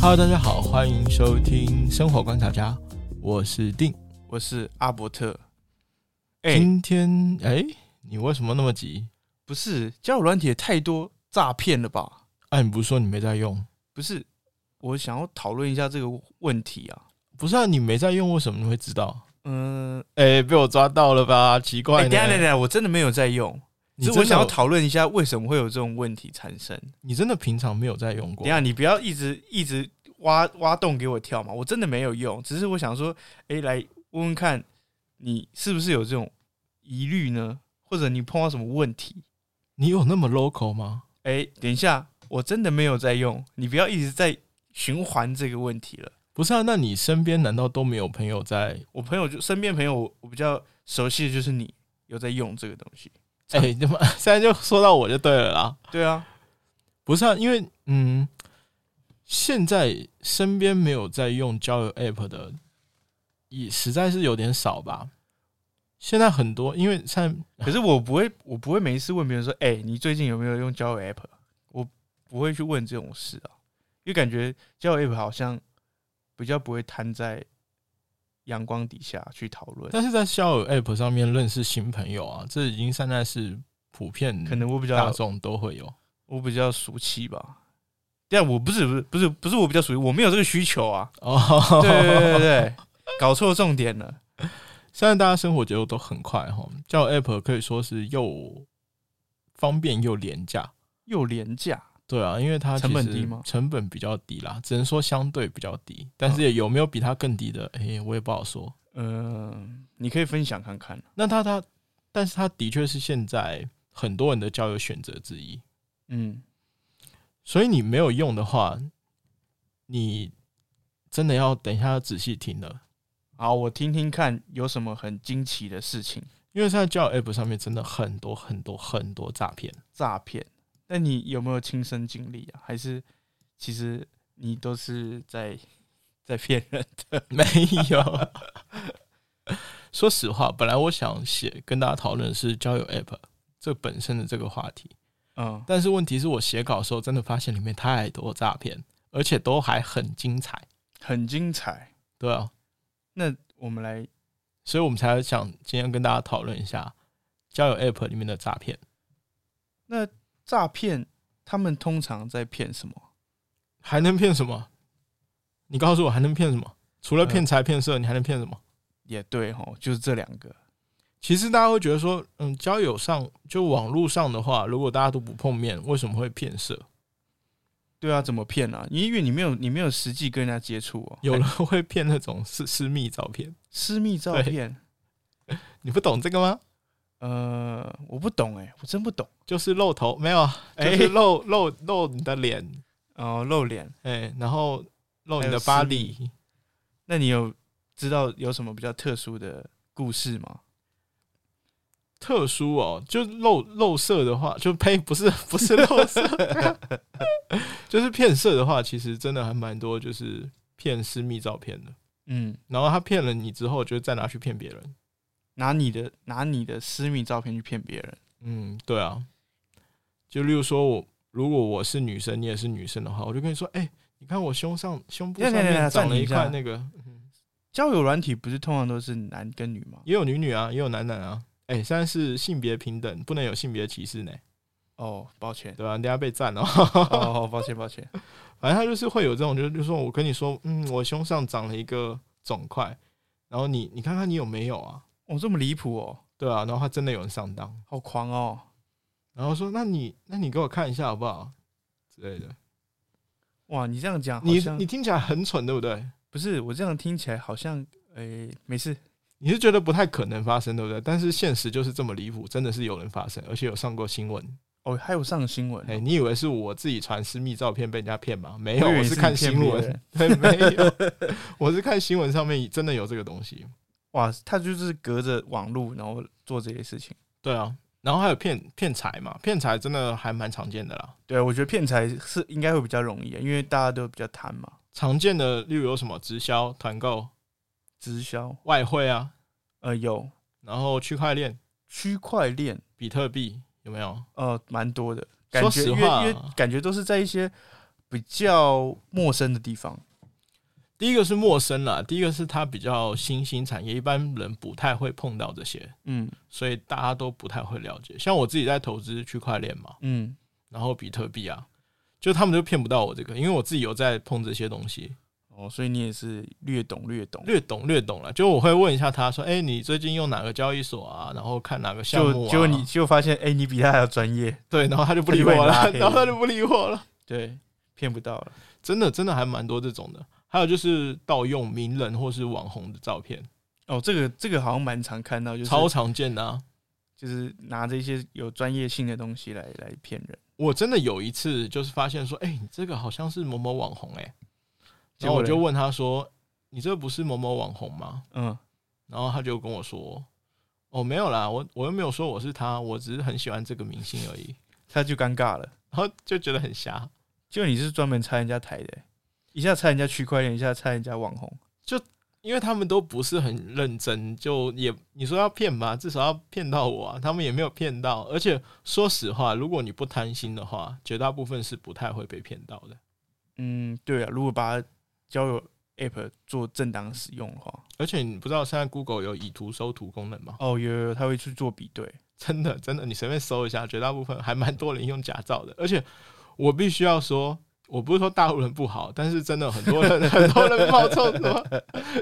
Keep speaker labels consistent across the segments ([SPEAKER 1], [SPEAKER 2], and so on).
[SPEAKER 1] Hello，大家好，欢迎收听《生活观察家》，我是定。
[SPEAKER 2] 我是阿伯特。哎、
[SPEAKER 1] 今天哎、你为什么那么急？
[SPEAKER 2] 不是，交友软体也太多诈骗了吧？
[SPEAKER 1] 哎、你不是说你没在用？
[SPEAKER 2] 不是，我想要讨论一下这个问题啊。
[SPEAKER 1] 不是啊，你没在用，为什么你会知道？
[SPEAKER 2] 嗯、
[SPEAKER 1] 哎、被我抓到了吧？奇
[SPEAKER 2] 哎、
[SPEAKER 1] 怪呢、
[SPEAKER 2] 等一下等一下，我真的没有在用，
[SPEAKER 1] 你
[SPEAKER 2] 只
[SPEAKER 1] 真
[SPEAKER 2] 是我
[SPEAKER 1] 的
[SPEAKER 2] 想要，讨论一下为什么会有这种问题产生。
[SPEAKER 1] 你真的平常没有在用
[SPEAKER 2] 等
[SPEAKER 1] 过
[SPEAKER 2] 一？下你不要一直一直挖挖洞给我跳嘛，我真的没有用，只是我想说，哎、来问问看你是不是有这种疑虑呢？或者你碰到什么问题？
[SPEAKER 1] 你有那么 local 吗？
[SPEAKER 2] 哎、等一下，我真的没有在用，你不要一直在循环这个问题了。
[SPEAKER 1] 不是啊，那你身边难道都没有朋友在？
[SPEAKER 2] 我朋友就身边朋友，我我比较熟悉的就是你有在用这个东西。
[SPEAKER 1] 哎、他妈， 现在就说到我就对了啦。
[SPEAKER 2] 对啊，
[SPEAKER 1] 不是啊，因为嗯，现在身边没有在用交友 App 的，也实在是有点少吧。现在很多，因为像
[SPEAKER 2] 可是我不会，我不会每次问别人说：“哎、你最近有没有用交友 app？” 我不会去问这种事啊，因为感觉交友 app 好像比较不会摊在阳光底下去讨论。
[SPEAKER 1] 但是在交友 App 上面认识新朋友啊，这已经现在是普遍
[SPEAKER 2] 可能我比
[SPEAKER 1] 大
[SPEAKER 2] 较
[SPEAKER 1] 众都会有。
[SPEAKER 2] 我比较俗气吧，但我不是不是不是不是我比较俗气，我没有这个需求啊。
[SPEAKER 1] 哦，
[SPEAKER 2] 对对对对对，搞错重点了。
[SPEAKER 1] 现在大家生活节奏都很快哈，交友 App 可以说是又方便又廉价。
[SPEAKER 2] 又廉价，
[SPEAKER 1] 对啊，因为它
[SPEAKER 2] 成本
[SPEAKER 1] 其实
[SPEAKER 2] 低吗
[SPEAKER 1] 成本比较低啦，只能说相对比较低，但是也有没有比它更低的，哎、我也不好说。
[SPEAKER 2] 嗯、你可以分享看看。
[SPEAKER 1] 那它它，但是它的确是现在很多人的交友选择之一。
[SPEAKER 2] 嗯，
[SPEAKER 1] 所以你没有用的话，你真的要等一下要仔细听了，
[SPEAKER 2] 好，我听听看有什么很惊奇的事情，
[SPEAKER 1] 因为现在交友 App 上面真的很多很多很多诈骗。
[SPEAKER 2] 诈骗。那你有没有亲身经历啊？还是其实你都是在在骗人？
[SPEAKER 1] 没有。 说实话，本来我想写跟大家讨论的是交友 App 这本身的这个话题，
[SPEAKER 2] 嗯，
[SPEAKER 1] 但是问题是我写稿的时候真的发现里面太多诈骗，而且都还很精彩，
[SPEAKER 2] 很精彩。
[SPEAKER 1] 对啊，
[SPEAKER 2] 那我们来，
[SPEAKER 1] 所以我们才想今天跟大家讨论一下交友 App 里面的诈骗。
[SPEAKER 2] 那诈骗他们通常在骗什么？
[SPEAKER 1] 还能骗什么？你告诉我还能骗什么？除了骗财骗色，你还能骗什么？
[SPEAKER 2] 也对哈，就是这两个。
[SPEAKER 1] 其实大家会觉得说，嗯，交友上就网络上的话，如果大家都不碰面，为什么会骗色？
[SPEAKER 2] 对啊，怎么骗啊？因为你没有你没有实际跟人家接触哦，
[SPEAKER 1] 有人会骗那种私 私密照片，
[SPEAKER 2] 私密照
[SPEAKER 1] 对
[SPEAKER 2] 片。
[SPEAKER 1] 你不懂这个吗？
[SPEAKER 2] 呃，我不懂哎、我真不懂。
[SPEAKER 1] 就是露头，没有啊，就
[SPEAKER 2] 哎
[SPEAKER 1] 是露露露你的脸，
[SPEAKER 2] 哦，露脸。
[SPEAKER 1] 哎、然后露你
[SPEAKER 2] 还
[SPEAKER 1] 的
[SPEAKER 2] 有
[SPEAKER 1] 巴
[SPEAKER 2] 私
[SPEAKER 1] 黎。
[SPEAKER 2] 那你有知道有什么比较特殊的故事吗？
[SPEAKER 1] 特殊哦，就露露色的话，就呸，不是 不是露色，就是骗色的话，其实真的还蛮多，就是骗私密照片的。
[SPEAKER 2] 嗯，
[SPEAKER 1] 然后他骗了你之后，就再拿去骗别人。
[SPEAKER 2] 拿你的拿你的私密照片去骗别人，
[SPEAKER 1] 嗯，对啊。就例如说我，如果我是女生，你也是女生的话，我就跟你说，哎、你看我胸上胸部上
[SPEAKER 2] 等一下等一
[SPEAKER 1] 面
[SPEAKER 2] 下
[SPEAKER 1] 长了一块
[SPEAKER 2] 暂停
[SPEAKER 1] 那个，
[SPEAKER 2] 交友软体不是通常都是男跟女吗？
[SPEAKER 1] 也有女女啊，也有男男啊。哎、现在是性别平等，不能有性别歧视呢，
[SPEAKER 2] 哦，抱歉，
[SPEAKER 1] 对吧、人等一下被赞哦。
[SPEAKER 2] 哦，抱歉，抱 歉。
[SPEAKER 1] 反正他就是会有这种，就是就是说我跟你说，嗯，我胸上长了一个肿块，然后你你看看你有没有啊？
[SPEAKER 2] 哦，这么离谱哦，
[SPEAKER 1] 对啊，然后他真的有人上当，
[SPEAKER 2] 好狂哦。
[SPEAKER 1] 然后说那你那你给我看一下好不好之类的。
[SPEAKER 2] 哇，你这样讲好
[SPEAKER 1] 你
[SPEAKER 2] 像
[SPEAKER 1] 你听起来很蠢，对不对？
[SPEAKER 2] 不是我这样听起来好像，诶、没事，
[SPEAKER 1] 你是觉得不太可能发生，对不对？但是现实就是这么离谱，真的是有人发生，而且有上过新闻。
[SPEAKER 2] 哦，还有上新闻哦、
[SPEAKER 1] 哎、你以为是我自己传私密照片被人家骗吗？没
[SPEAKER 2] 我以
[SPEAKER 1] 有，
[SPEAKER 2] 为
[SPEAKER 1] 我
[SPEAKER 2] 你
[SPEAKER 1] 是看
[SPEAKER 2] 骗
[SPEAKER 1] 新
[SPEAKER 2] 别
[SPEAKER 1] 闻
[SPEAKER 2] 人，
[SPEAKER 1] 对，没有，我是看新闻上面真的有这个东西。
[SPEAKER 2] 哇，他就是隔着网路然后做这些事情。
[SPEAKER 1] 对啊，然后还有骗骗财嘛，骗财真的还蛮常见的啦。
[SPEAKER 2] 对，啊我觉得骗财是应该会比较容易，啊因为大家都比较贪嘛，
[SPEAKER 1] 常见的例如有什么直销、团购、
[SPEAKER 2] 直销，
[SPEAKER 1] 外汇啊，
[SPEAKER 2] 呃，有
[SPEAKER 1] 然后区块链、
[SPEAKER 2] 区块链，
[SPEAKER 1] 比特币有没有？
[SPEAKER 2] 呃，蛮多的，感
[SPEAKER 1] 说
[SPEAKER 2] 觉
[SPEAKER 1] 实
[SPEAKER 2] 因为
[SPEAKER 1] 话啊
[SPEAKER 2] 因为感觉都是在一些比较陌生的地方？
[SPEAKER 1] 第一个是陌生啦，第一个是它比较新兴产业，一般人不太会碰到这些，
[SPEAKER 2] 嗯
[SPEAKER 1] 所以大家都不太会了解。像我自己在投资区块链嘛，
[SPEAKER 2] 嗯，
[SPEAKER 1] 然后比特币啊，就他们就骗不到我这个，因为我自己有在碰这些东西，
[SPEAKER 2] 哦，所以你也是略懂略懂，
[SPEAKER 1] 略懂略懂了。就我会问一下他说：“哎、你最近用哪个交易所啊？然后看哪个项目、
[SPEAKER 2] 就
[SPEAKER 1] 啊？”
[SPEAKER 2] 就你就发现，哎、你比他还要专业，
[SPEAKER 1] 对，然后他就不理我了，
[SPEAKER 2] 他就被你拉黑
[SPEAKER 1] 然后他就不理我了。
[SPEAKER 2] 对，骗不到了。
[SPEAKER 1] 真的，真的还蛮多这种的。还有就是盗用名人或是网红的照片，
[SPEAKER 2] 哦，这个这个好像蛮常看到，就是
[SPEAKER 1] 超常见的啊。
[SPEAKER 2] 就是拿这些有专业性的东西来来骗人，
[SPEAKER 1] 我真的有一次就是发现说，哎、你这个好像是某某网红哎、
[SPEAKER 2] 结
[SPEAKER 1] 然后
[SPEAKER 2] 果
[SPEAKER 1] 我
[SPEAKER 2] 嘞
[SPEAKER 1] 就问他说，你这不是某某网红吗？
[SPEAKER 2] 嗯，
[SPEAKER 1] 然后他就跟我说，哦，没有啦，我我又没有说我是他，我只是很喜欢这个明星而已。
[SPEAKER 2] 他就尴尬了。
[SPEAKER 1] 然后就觉得很瞎，
[SPEAKER 2] 就你是专门拆人家台的、一下拆人家区块链，一下拆人家网红，
[SPEAKER 1] 因为他们都不是很认真，就也你说要骗吧，至少要骗到我啊，他们也没有骗到。而且说实话，如果你不贪心的话，绝大部分是不太会被骗到的。
[SPEAKER 2] 嗯，对啊，如果把交友 App 做正当使用的话，
[SPEAKER 1] 而且你不知道现在 Google 有以图搜图功能吗？
[SPEAKER 2] 哦，有有有，他会去做比对，
[SPEAKER 1] 真的真的，你随便搜一下，绝大部分还蛮多人用假造的。而且我必须要说，我不是说大陆人不好，但是真的很多人 很多人冒充什么，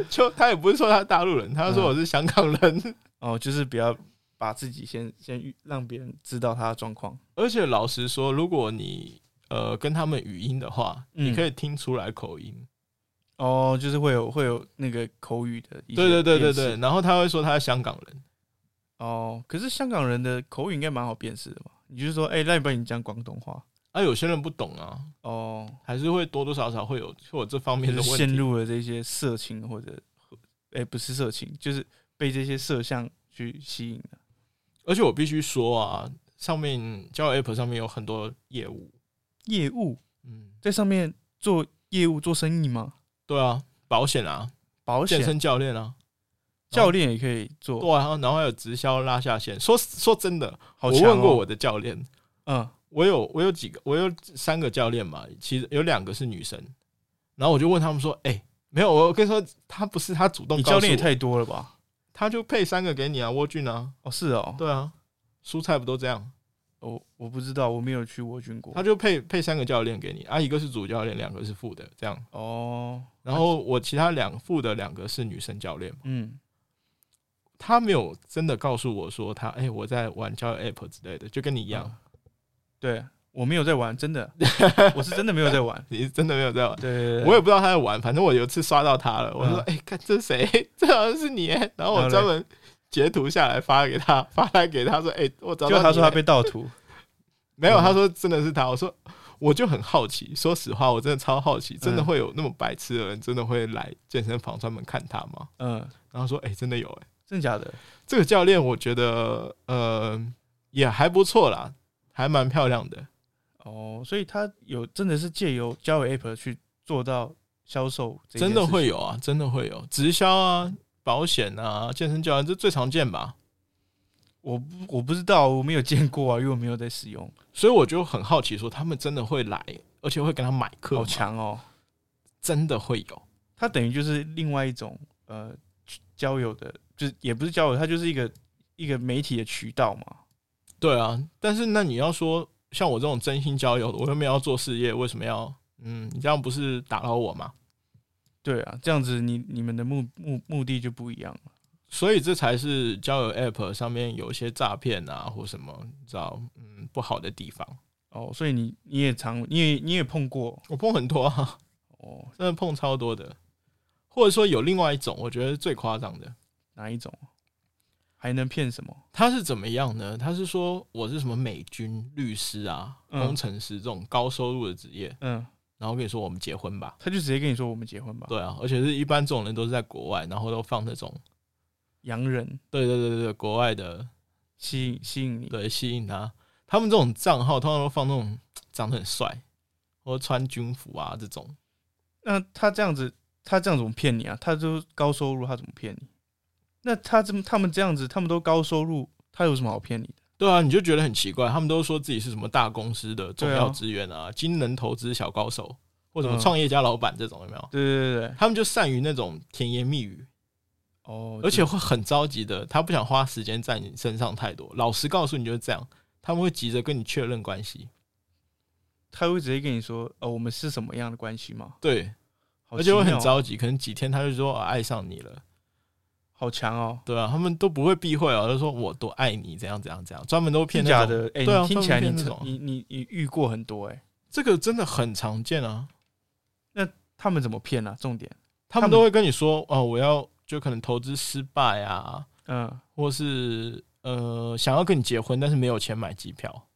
[SPEAKER 1] 就他也不是说他大陆人，他说我是香港人。
[SPEAKER 2] 哦，就是不要把自己先先预让别人知道他的状况，
[SPEAKER 1] 而且老实说，如果你呃跟他们语音的话，
[SPEAKER 2] 嗯
[SPEAKER 1] 你可以听出来口音。
[SPEAKER 2] 哦，就是会有会有那个口语的一些
[SPEAKER 1] 对对对对
[SPEAKER 2] 辨识
[SPEAKER 1] 对，然后他会说他是香港人。
[SPEAKER 2] 哦，可是香港人的口语应该蛮好辨识的吧？你就是说，哎、那你帮你讲广东话
[SPEAKER 1] 啊，有些人不懂啊，
[SPEAKER 2] 哦，
[SPEAKER 1] 还是会多多少少会有会有这方面
[SPEAKER 2] 就
[SPEAKER 1] 的
[SPEAKER 2] 是
[SPEAKER 1] 问题。
[SPEAKER 2] 陷入了这些色情或者，哎、不是色情，就是被这些色相去吸引的。
[SPEAKER 1] 而且我必须说啊，上面交友 App 上面有很多业务，
[SPEAKER 2] 业务
[SPEAKER 1] 嗯，
[SPEAKER 2] 在上面做业务做生意吗？
[SPEAKER 1] 对啊，保险啊，
[SPEAKER 2] 保
[SPEAKER 1] 健
[SPEAKER 2] 险
[SPEAKER 1] 身教练啊，
[SPEAKER 2] 教练也可以做，
[SPEAKER 1] 对啊，然后还有直销拉下线。说说真的，
[SPEAKER 2] 好
[SPEAKER 1] 我
[SPEAKER 2] 强、哦、
[SPEAKER 1] 问过我的教练，
[SPEAKER 2] 嗯，
[SPEAKER 1] 我有我有几个，我有三个教练嘛，其实有两个是女生，然后我就问他们说，哎、没有，我跟你说，他不是他主动
[SPEAKER 2] 你
[SPEAKER 1] 告诉
[SPEAKER 2] 教
[SPEAKER 1] 我，
[SPEAKER 2] 练也太多了吧？
[SPEAKER 1] 他就配三个给你啊，沃俊啊，
[SPEAKER 2] 哦，是哦，
[SPEAKER 1] 对啊，蔬菜不都这样，
[SPEAKER 2] 我我不知道，我没有去沃军过
[SPEAKER 1] 他。就配配三个教练给你啊，一个是主教练，两个是副的，这样，
[SPEAKER 2] 哦，
[SPEAKER 1] 然后我其他两副的两个是女生教练嘛，
[SPEAKER 2] 嗯，
[SPEAKER 1] 他没有真的告诉我说他，哎、我在玩交友 app 之类的，就跟你一
[SPEAKER 2] 一
[SPEAKER 1] 样，
[SPEAKER 2] 嗯对我没有在玩，真 的，我是真的没有在玩。
[SPEAKER 1] 你是真的没有在玩。
[SPEAKER 2] 对对对嗯
[SPEAKER 1] 我也不知道他在玩，反正我有一次刷到他了，我说：“哎、看这是谁？ 这好像是你耶。”然后
[SPEAKER 2] 然后
[SPEAKER 1] 我
[SPEAKER 2] 嘞
[SPEAKER 1] 专门截图下来发给他，发来给他说：“哎、我找到
[SPEAKER 2] 就
[SPEAKER 1] 你
[SPEAKER 2] 他说他
[SPEAKER 1] 了
[SPEAKER 2] 被盗图，
[SPEAKER 1] 没有，
[SPEAKER 2] 嗯
[SPEAKER 1] 他说真的是他。”我说：“我就很好奇，说实话，我真的超好奇，真的
[SPEAKER 2] 嗯
[SPEAKER 1] 会有那么白痴的人真的会来健身房专门看他吗
[SPEAKER 2] 嗯，？”
[SPEAKER 1] 然后说：“哎、真的有哎、
[SPEAKER 2] 真假的？
[SPEAKER 1] 这个教练我觉得呃也还不错啦，还蛮漂亮的。
[SPEAKER 2] 哦，所以他有真的是借由交友 App 去做到销售这件
[SPEAKER 1] 真
[SPEAKER 2] 事情，
[SPEAKER 1] 的会有啊，真的会有直销啊、保险啊、健身教练，这最常见吧。”
[SPEAKER 2] 我不我不知道，我没有见过啊，因为我没有在使用，
[SPEAKER 1] 所以我就很好奇，说他们真的会来，而且会跟他买课吗
[SPEAKER 2] 好，强哦，
[SPEAKER 1] 真的会有。
[SPEAKER 2] 它等于就是另外一种呃交友的，就是也不是交友，它就是一个一个媒体的渠道嘛。
[SPEAKER 1] 对啊，但是那你要说像我这种真心交友的，我又没有要做事业，为什么要？嗯，你这样不是打扰我吗？
[SPEAKER 2] 对啊，这样子你你们的目目目的就不一样了。
[SPEAKER 1] 所以这才是交友 App 上面有一些诈骗啊，或什么，你知道，嗯，不好的地方。
[SPEAKER 2] 哦，所以你你也常你也你也碰过
[SPEAKER 1] 我碰很多啊，
[SPEAKER 2] 哦，
[SPEAKER 1] 真的碰超多的。或者说有另外一种，我觉得最夸张的，
[SPEAKER 2] 哪一种？还能骗什么？
[SPEAKER 1] 他是怎么样呢？他是说我是什么美军、律师啊、
[SPEAKER 2] 嗯
[SPEAKER 1] 工程师这种高收入的职业，
[SPEAKER 2] 嗯，
[SPEAKER 1] 然后跟你说我们结婚吧。
[SPEAKER 2] 他就直接跟你说我们结婚吧。
[SPEAKER 1] 对啊，而且是一般这种人都是在国外，然后都放那种
[SPEAKER 2] 洋人
[SPEAKER 1] 对对对对对国外的
[SPEAKER 2] 吸引吸引你，
[SPEAKER 1] 对吸引他。他们这种账号通常都放那种长得很帅，或者穿军服啊这种。
[SPEAKER 2] 那他这样子，他这样怎么骗你啊？他都高收入，他怎么骗你？那他这么他们这样子，他们都高收入，他有什么好骗你的？
[SPEAKER 1] 对啊，你就觉得很奇怪，他们都说自己是什么大公司的重
[SPEAKER 2] 对啊
[SPEAKER 1] 要资源啊，金能投资小高手，或什么
[SPEAKER 2] 嗯
[SPEAKER 1] 创业家老板这种有没有？
[SPEAKER 2] 对对对对，
[SPEAKER 1] 他们就善于那种甜言蜜语，
[SPEAKER 2] 哦，
[SPEAKER 1] 而且
[SPEAKER 2] 对
[SPEAKER 1] 会很着急的，他不想花时间在你身上太多。老实告诉你就是这样，他们会急着跟你确认关系。
[SPEAKER 2] 他会直接跟你说，呃，我们是什么样的关系吗？
[SPEAKER 1] 对，
[SPEAKER 2] 好
[SPEAKER 1] 而且会
[SPEAKER 2] 奇妙
[SPEAKER 1] 很
[SPEAKER 2] 哦，
[SPEAKER 1] 着急，可能几天他就说、啊爱上你了，
[SPEAKER 2] 好强哦，
[SPEAKER 1] 对啊，他们都不会避讳啊，就说我多爱你，怎样怎样怎样，专门都骗
[SPEAKER 2] 真
[SPEAKER 1] 那
[SPEAKER 2] 假
[SPEAKER 1] 种
[SPEAKER 2] 的？哎，
[SPEAKER 1] 对啊
[SPEAKER 2] 你听起来你
[SPEAKER 1] 他们骗
[SPEAKER 2] 曾
[SPEAKER 1] 那种
[SPEAKER 2] 你你你遇过很多哎，
[SPEAKER 1] 这个真的很常见啊，
[SPEAKER 2] 他们怎么骗啊？重点，
[SPEAKER 1] 他
[SPEAKER 2] 他们
[SPEAKER 1] 们都会跟你说哦，我要就可能投资失败啊，
[SPEAKER 2] 嗯，
[SPEAKER 1] 或是呃想要跟你结婚，但是没有钱买机票，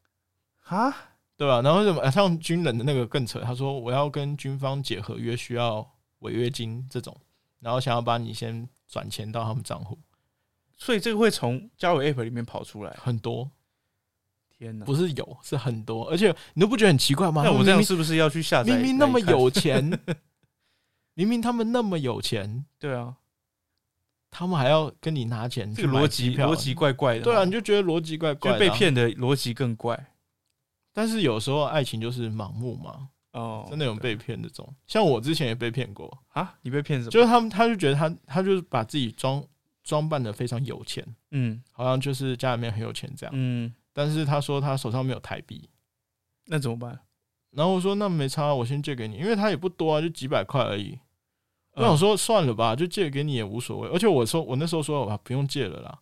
[SPEAKER 2] 哈，
[SPEAKER 1] 对吧、然后什么、呃像军人的那个更扯，他说我要跟军方解合约，需要违约金这种，然后想要把你先转钱到他们账户，
[SPEAKER 2] 所以这个会从交友 App 里面跑出来，
[SPEAKER 1] 很多
[SPEAKER 2] 天哪！
[SPEAKER 1] 不是有是很多，而且你都不觉得很奇怪吗？
[SPEAKER 2] 那
[SPEAKER 1] 他
[SPEAKER 2] 我
[SPEAKER 1] 们
[SPEAKER 2] 这样
[SPEAKER 1] 明
[SPEAKER 2] 是不是要去下载
[SPEAKER 1] 明
[SPEAKER 2] 来看？
[SPEAKER 1] 明明那么有钱，明明他们那么有钱，
[SPEAKER 2] 对啊，
[SPEAKER 1] 他们还要跟你拿钱
[SPEAKER 2] 这
[SPEAKER 1] 去
[SPEAKER 2] 个
[SPEAKER 1] 买
[SPEAKER 2] 逻
[SPEAKER 1] 机
[SPEAKER 2] 辑
[SPEAKER 1] 票，
[SPEAKER 2] 逻辑怪怪的。
[SPEAKER 1] 对啊，你就觉得逻辑怪怪
[SPEAKER 2] 就
[SPEAKER 1] 的、啊
[SPEAKER 2] 被。骗的逻辑更怪
[SPEAKER 1] 但是有时候爱情就是盲目嘛，
[SPEAKER 2] 哦。
[SPEAKER 1] 真的有
[SPEAKER 2] 对
[SPEAKER 1] 被骗这种。像我之前也被骗过，
[SPEAKER 2] 啊？你被骗什么？
[SPEAKER 1] 就是他们，他就觉得他，他就是把自己装装扮的非常有钱，
[SPEAKER 2] 嗯
[SPEAKER 1] 好像就是家里面很有钱这样。
[SPEAKER 2] 嗯，
[SPEAKER 1] 但是他说他手上没有台币，
[SPEAKER 2] 那怎么办？
[SPEAKER 1] 然后我说那没差，我先借给你，因为他也不多啊，就几百块而已。我
[SPEAKER 2] 嗯
[SPEAKER 1] 想说算了吧，就借给你也无所谓。而且我说我那时候说我不用借了啦，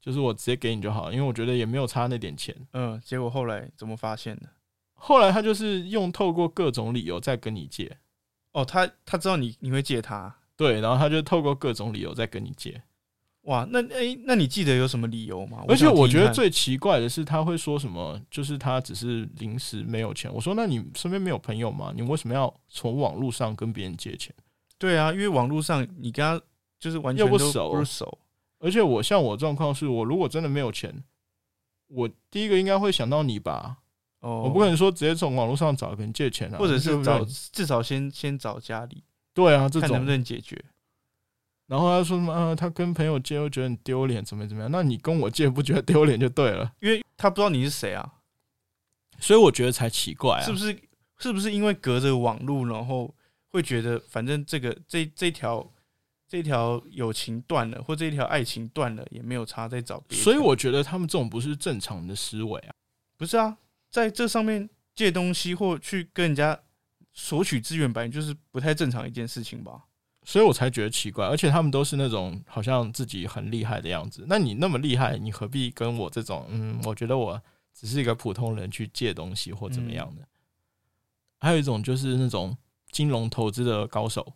[SPEAKER 1] 就是我直接给你就好，因为我觉得也没有差那点钱。
[SPEAKER 2] 嗯，结果后来怎么发现的？
[SPEAKER 1] 后来他就是用透过各种理由再跟你借，
[SPEAKER 2] 哦，他他知道你你会借他，啊
[SPEAKER 1] 对，然后他就透过各种理由再跟你借。
[SPEAKER 2] 哇，那诶，那你记得有什么理由吗？
[SPEAKER 1] 而且
[SPEAKER 2] 想
[SPEAKER 1] 我
[SPEAKER 2] 听
[SPEAKER 1] 觉得
[SPEAKER 2] 看
[SPEAKER 1] 最奇怪的是，他会说什么？就是他只是临时没有钱。我说，那你身边没有朋友吗？你为什么要从网络上跟别人借钱？
[SPEAKER 2] 对啊，因为网络上你跟他就是完全
[SPEAKER 1] 又
[SPEAKER 2] 都
[SPEAKER 1] 不熟
[SPEAKER 2] 不熟，
[SPEAKER 1] 而且我像我状况是，我如果真的没有钱，我第一个应该会想到你吧。
[SPEAKER 2] 哦，
[SPEAKER 1] 我不可能说直接从网络上找个人借钱啊，
[SPEAKER 2] 或者
[SPEAKER 1] 对
[SPEAKER 2] 是
[SPEAKER 1] 不
[SPEAKER 2] 找
[SPEAKER 1] 对
[SPEAKER 2] 至少先先找家里
[SPEAKER 1] 对啊这
[SPEAKER 2] 看能不
[SPEAKER 1] 种。
[SPEAKER 2] 能解决。
[SPEAKER 1] 然后他说什么？呃，他跟朋友借又觉得很丢脸，怎么怎么样？那你跟我借不觉得丢脸就对了。
[SPEAKER 2] 因为他不知道你是谁啊，
[SPEAKER 1] 所以我觉得才奇怪啊，
[SPEAKER 2] 是不是？是不是因为隔着网络，然后会觉得反正这个这这条这条友情断了，或这条爱情断了也没有差，再找别人。
[SPEAKER 1] 所以我觉得他们这种不是正常的思维啊。
[SPEAKER 2] 不是啊，在这上面借东西或去跟人家索取资源，本来就是不太正常一件事情吧？
[SPEAKER 1] 所以我才觉得奇怪，而且他们都是那种好像自己很厉害的样子。那你那么厉害，你何必跟我这种嗯，我觉得我只是一个普通人去借东西或怎么样
[SPEAKER 2] 嗯
[SPEAKER 1] 的？还有一种就是那种金融投资的高手，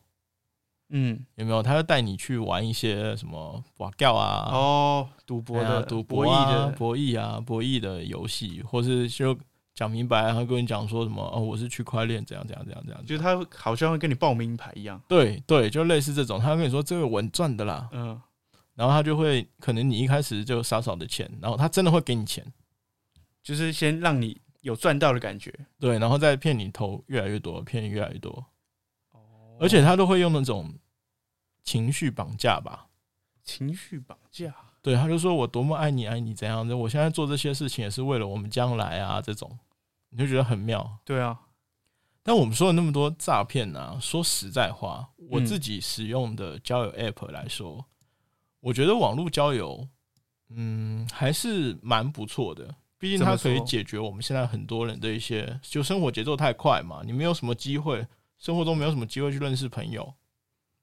[SPEAKER 2] 嗯，
[SPEAKER 1] 有没有？他就带你去玩一些什么瓦掉啊、
[SPEAKER 2] 哦，赌博
[SPEAKER 1] 哎呀
[SPEAKER 2] 的、
[SPEAKER 1] 赌
[SPEAKER 2] 博
[SPEAKER 1] 博
[SPEAKER 2] 弈
[SPEAKER 1] 啊
[SPEAKER 2] 的，
[SPEAKER 1] 博弈啊、博弈的游戏，或是就讲明白，他跟你讲说什么哦，我是区块链怎样怎样怎样怎样，
[SPEAKER 2] 就是他好像会跟你报名牌一样。
[SPEAKER 1] 对对，就类似这种，他跟你说这个稳赚的啦，
[SPEAKER 2] 嗯，
[SPEAKER 1] 然后他就会可能你一开始就少少的钱，然后他真的会给你钱，
[SPEAKER 2] 就是先让你有赚到的感觉。
[SPEAKER 1] 对，然后再骗你投越来越多，骗你越来越多，
[SPEAKER 2] 哦
[SPEAKER 1] 而且他都会用那种情绪绑架吧，
[SPEAKER 2] 情绪绑架。
[SPEAKER 1] 对，他就说我多么爱你爱你怎样的，我现在做这些事情也是为了我们将来啊，这种你就觉得很妙。
[SPEAKER 2] 对啊，
[SPEAKER 1] 但我们说了那么多诈骗啊，说实在话，我
[SPEAKER 2] 嗯
[SPEAKER 1] 自己使用的交友 App 来说，我觉得网络交友，嗯，还是蛮不错的。毕竟
[SPEAKER 2] 怎
[SPEAKER 1] 它
[SPEAKER 2] 么
[SPEAKER 1] 可
[SPEAKER 2] 说
[SPEAKER 1] 以解决我们现在很多人的一些，就生活节奏太快嘛，你没有什么机会，生活中没有什么机会去认识朋友。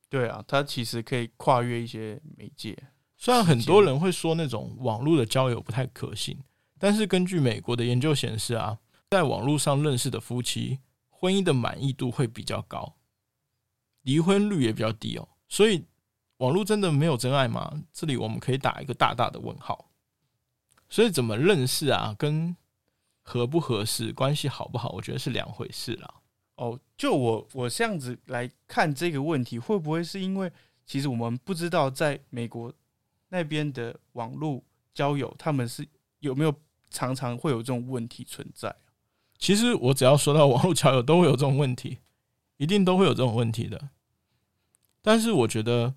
[SPEAKER 2] 对啊，它其实可以跨越一些媒介。
[SPEAKER 1] 虽然很多人会说那种网络的交友不太可信，但是根据美国的研究显示啊，在网络上认识的夫妻，婚姻的满意度会比较高，离婚率也比较低哦。所以，网络真的没有真爱吗？这里我们可以打一个大大的问号。所以，怎么认识啊，跟合不合适、关系好不好，我觉得是两回事啦。
[SPEAKER 2] 哦，就我我这样子来看这个问题，会不会是因为其实我们不知道在美国那边的网络交友，他们是有没有常常会有这种问题存在？
[SPEAKER 1] 其实我只要说到网络交友，都会有这种问题， 一定都会有这种问题的。但是我觉得，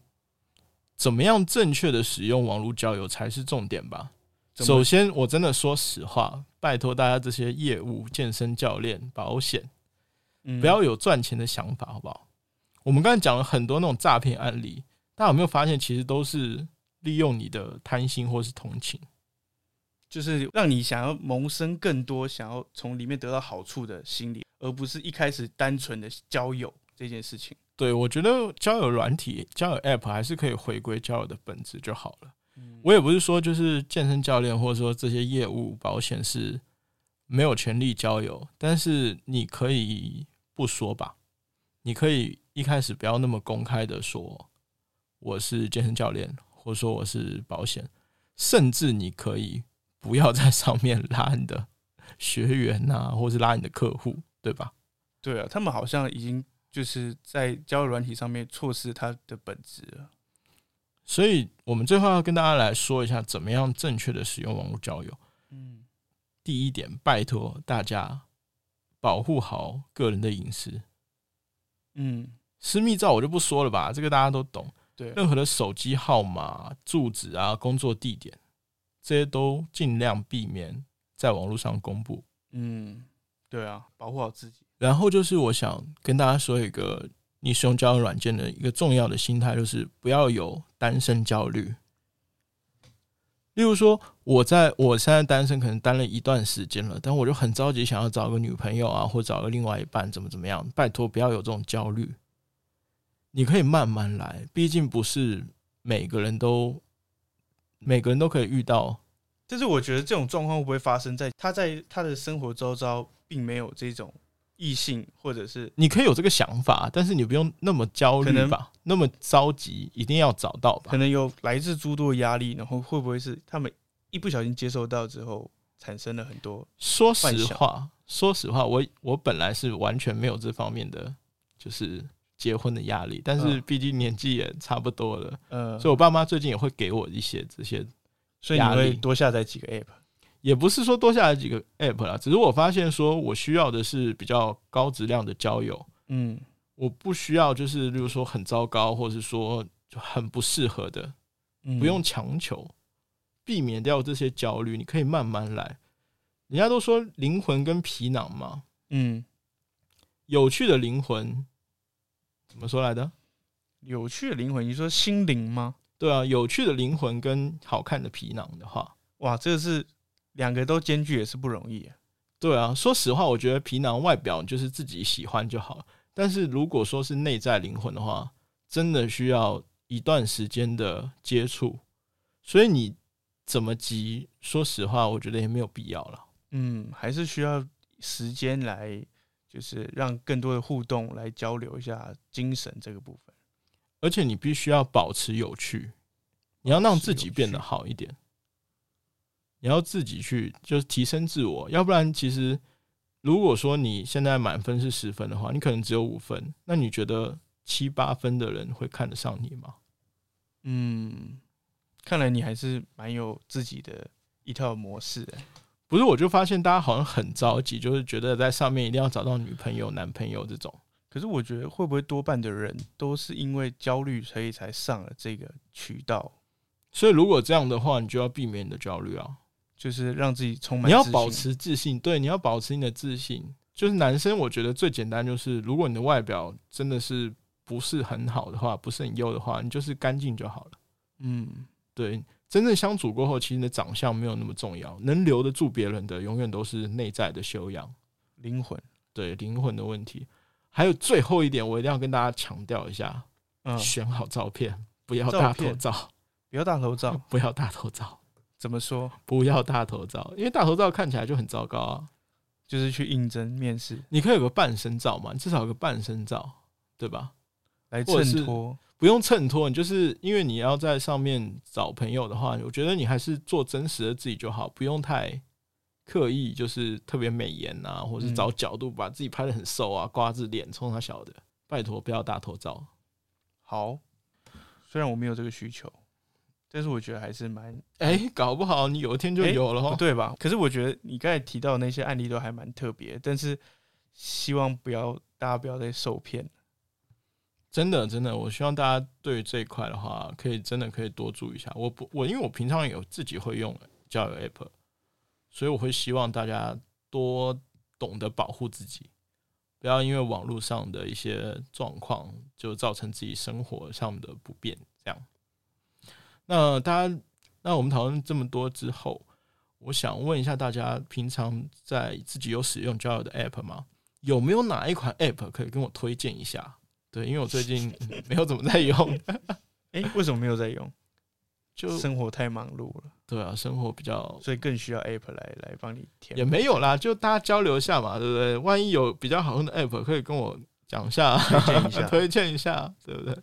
[SPEAKER 1] 怎么样正确的使用网络交友才是重点吧。
[SPEAKER 2] 怎么
[SPEAKER 1] 首先，我真的说实话，拜托大家这些业务、健身教练、保险，
[SPEAKER 2] 嗯
[SPEAKER 1] 不要有赚钱的想法，好不好？我们刚才讲了很多那种诈骗案例，大家有没有发现，其实都是利用你的贪心或是同情？
[SPEAKER 2] 就是让你想要萌生更多想要从里面得到好处的心理，而不是一开始单纯的交友这件事情。
[SPEAKER 1] 对我觉得交友软体、交友 App 还是可以回归交友的本质就好了。我也不是说就是健身教练或者说这些业务保险是没有权利交友，但是你可以不说吧，你可以一开始不要那么公开的说我是健身教练，或者说我是保险，甚至你可以不要在上面拉你的学员呐、或是拉你的客户，对吧？
[SPEAKER 2] 对啊，他们好像已经就是在交友软体上面错失它的本质了。
[SPEAKER 1] 所以我们最后要跟大家来说一下，怎么样正确的使用网络交友。
[SPEAKER 2] 嗯，
[SPEAKER 1] 第一点，拜托大家保护好个人的隐私，
[SPEAKER 2] 嗯，
[SPEAKER 1] 私密照我就不说了吧，这个大家都懂。
[SPEAKER 2] 对啊，
[SPEAKER 1] 任何的手机号码、住址啊、工作地点，这些都尽量避免在网络上公布。
[SPEAKER 2] 嗯，对啊，保护好自己。
[SPEAKER 1] 然后就是我想跟大家说一个，你使用交友软件的一个重要的心态，就是不要有单身焦虑。例如说，我在我现在单身，可能单了一段时间了，但我就很着急想要找个女朋友啊，或找个另外一半，怎么怎么样？拜托，不要有这种焦虑。你可以慢慢来，毕竟不是每个人都每个人都可以遇到。
[SPEAKER 2] 但是我觉得这种状况会不会发生在他在他的生活周遭并没有这种异性或者是
[SPEAKER 1] 你可以有这个想法，但是你不用那么焦
[SPEAKER 2] 可
[SPEAKER 1] 虑
[SPEAKER 2] 能
[SPEAKER 1] 吧，那么着急，一定要找到吧
[SPEAKER 2] 可。能有来自诸多的压力，然后会不会是他们一不小心接受到之后产生了很多
[SPEAKER 1] 说实话，说实话，我我本来是完全没有这方面的，就是结婚的压力，但是
[SPEAKER 2] 嗯
[SPEAKER 1] 毕竟年纪也差不多了，
[SPEAKER 2] 呃，
[SPEAKER 1] 所以我爸妈最近也会给我一些这些，
[SPEAKER 2] 所以你
[SPEAKER 1] 压
[SPEAKER 2] 会
[SPEAKER 1] 力
[SPEAKER 2] 多下载几个 app。
[SPEAKER 1] 也不是说多下来几个 app 啦，只是我发现说我需要的是比较高质量的交友，
[SPEAKER 2] 嗯，
[SPEAKER 1] 我不需要就是例如说很糟糕，或是说很不适合的，不
[SPEAKER 2] 不
[SPEAKER 1] 用强求，避免掉这些焦虑，你可以慢慢来。人家都说灵魂跟皮囊嘛，
[SPEAKER 2] 嗯，
[SPEAKER 1] 有趣的灵魂，怎么说来的？
[SPEAKER 2] 有趣的灵魂，你说心灵吗？
[SPEAKER 1] 对啊，有趣的灵魂跟好看的皮囊的话，
[SPEAKER 2] 哇，这个是两个都兼具也是不容易啊。
[SPEAKER 1] 对啊，说实话，我觉得皮囊外表就是自己喜欢就好了。但是如果说是内在灵魂的话，真的需要一段时间的接触，所以你怎么急？说实话，我觉得也没有必要了。
[SPEAKER 2] 嗯，还是需要时间来，就是让更多的互动来交流一下精神这个部分。
[SPEAKER 1] 而且你必须要保持有趣，你要让自己变得好一点，你要自己去就是提升自我，要不然其实如果说你现在满分是十分的话，你可能只有五分，那你觉得七八分的人会看得上你吗？
[SPEAKER 2] 嗯，看来你还是蛮有自己的一套模式的。
[SPEAKER 1] 不是，我就发现大家好像很着急，就是觉得在上面一定要找到女朋友、男朋友这种。
[SPEAKER 2] 可是我觉得会不会多半的人都是因为焦虑，所以才上了这个渠道，
[SPEAKER 1] 所以如果这样的话，你就要避免你的焦虑啊。
[SPEAKER 2] 就是让自己充满
[SPEAKER 1] 你要
[SPEAKER 2] 自信
[SPEAKER 1] 保持自信，对，你要保持你的自信。就是男生，我觉得最简单就是，如果你的外表真的是不是很好的话，不是很优的话，你就是干净就好了。
[SPEAKER 2] 嗯
[SPEAKER 1] 对，真正相处过后，其实你的长相没有那么重要，能留得住别人的，永远都是内在的修养，
[SPEAKER 2] 灵魂，
[SPEAKER 1] 对灵魂的问题。还有最后一点，我一定要跟大家强调一下：
[SPEAKER 2] 嗯，
[SPEAKER 1] 选好照片，不要
[SPEAKER 2] 照
[SPEAKER 1] 大头
[SPEAKER 2] 片
[SPEAKER 1] 照，
[SPEAKER 2] 不要大头照，
[SPEAKER 1] 不要大头照，
[SPEAKER 2] 怎么说？
[SPEAKER 1] 不要大头照，因为大头照看起来就很糟糕啊。
[SPEAKER 2] 就是去应征面试
[SPEAKER 1] 你可以有个半身照嘛，你至少有个半身照，对吧？
[SPEAKER 2] 来
[SPEAKER 1] 或者是
[SPEAKER 2] 衬托，
[SPEAKER 1] 不用衬托，你就是因为你要在上面找朋友的话，我觉得你还是做真实的自己就好，不用太刻意，就是特别美颜啊，或是
[SPEAKER 2] 嗯
[SPEAKER 1] 找角度把自己拍的很瘦啊，瓜子脸冲他小的，拜托不要大头照。
[SPEAKER 2] 好，虽然我没有这个需求，但是我觉得还是蛮
[SPEAKER 1] 哎、搞不好你有一天就
[SPEAKER 2] 哎
[SPEAKER 1] 有了
[SPEAKER 2] 不
[SPEAKER 1] 哦。
[SPEAKER 2] 对吧？可是我觉得你刚才提到的那些案例都还蛮特别，但是希望不要大家不要再受骗。
[SPEAKER 1] 真的真的，我希望大家对于这一块的话，可以真的可以多注意一下。我不我因为我平常有自己会用交友 app，所以我会希望大家多懂得保护自己，不要因为网络上的一些状况就造成自己生活上的不便。这样，那大家，那我们讨论这么多之后，我想问一下大家，平常在自己有使用交友的 app 吗？有没有哪一款 app 可以跟我推荐一下？对，因为我最近 嗯没有怎么在用，
[SPEAKER 2] 哎、为什么没有在用？
[SPEAKER 1] 就
[SPEAKER 2] 生活太忙碌了，
[SPEAKER 1] 对啊，生活比较
[SPEAKER 2] 所以更需要 App 来来帮你填。
[SPEAKER 1] 也没有啦，就大家交流一下嘛，对不对？万一有比较好用的 app，可以跟我讲一下，
[SPEAKER 2] 推荐一下
[SPEAKER 1] 推荐一下，对不对？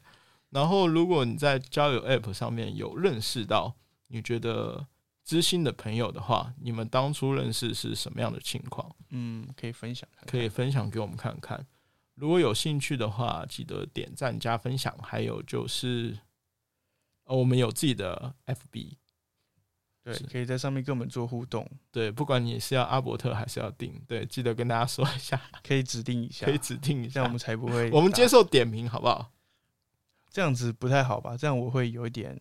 [SPEAKER 1] 然后，如果你在交友 app 上面有认识到你觉得知心的朋友的话，你们当初认识是什么样的情况？
[SPEAKER 2] 嗯，可以分享看看
[SPEAKER 1] 可以分享给我们看看。如果有兴趣的话，记得点赞加分享，还有就是，呃，我们有自己的 FB，
[SPEAKER 2] 对
[SPEAKER 1] 是，
[SPEAKER 2] 可以在上面跟我们做互动，
[SPEAKER 1] 对，不管你是要阿伯特还是要定，对，记得跟大家说一下，
[SPEAKER 2] 可以指定一下，
[SPEAKER 1] 可以指定一
[SPEAKER 2] 这
[SPEAKER 1] 下
[SPEAKER 2] 样我们才不会
[SPEAKER 1] 我们
[SPEAKER 2] 打
[SPEAKER 1] 接受点名好不好？
[SPEAKER 2] 这样子不太好吧？这样我会有一点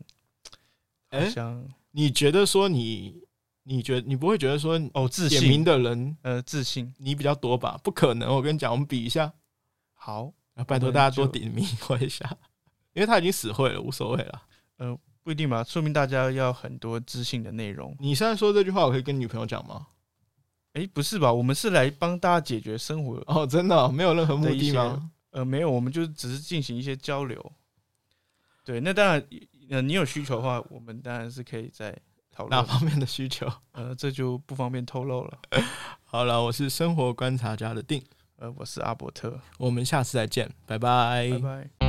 [SPEAKER 1] 哎、
[SPEAKER 2] 好像、
[SPEAKER 1] 你觉得说你，你觉你不会觉得说
[SPEAKER 2] 哦自
[SPEAKER 1] 点名
[SPEAKER 2] 信，
[SPEAKER 1] 的人
[SPEAKER 2] 呃自信
[SPEAKER 1] 你比较多吧？不可能，我跟你讲，我们比一下，
[SPEAKER 2] 好，
[SPEAKER 1] 啊拜托
[SPEAKER 2] 我们
[SPEAKER 1] 大家多
[SPEAKER 2] 就
[SPEAKER 1] 点名我一下，因为他已经死会了，无所谓了。
[SPEAKER 2] 不一定吧？说明大家要很多自信的内容。
[SPEAKER 1] 你现在说这句话，我可以跟女朋友讲吗？
[SPEAKER 2] 哎、不是吧？我们是来帮大家解决生活，
[SPEAKER 1] 哦，真的哦、没有任何目的吗？
[SPEAKER 2] 呃，没有，我们就只是进行一些交流。对，那当然，呃，你有需求的话，我们当然是可以再讨
[SPEAKER 1] 哪
[SPEAKER 2] 论。
[SPEAKER 1] 方面的需求？
[SPEAKER 2] 呃，这就不方便透露了。
[SPEAKER 1] 好了，我是生活观察家的定，
[SPEAKER 2] 呃，我是阿伯特，
[SPEAKER 1] 我们下次再见，拜
[SPEAKER 2] 拜拜。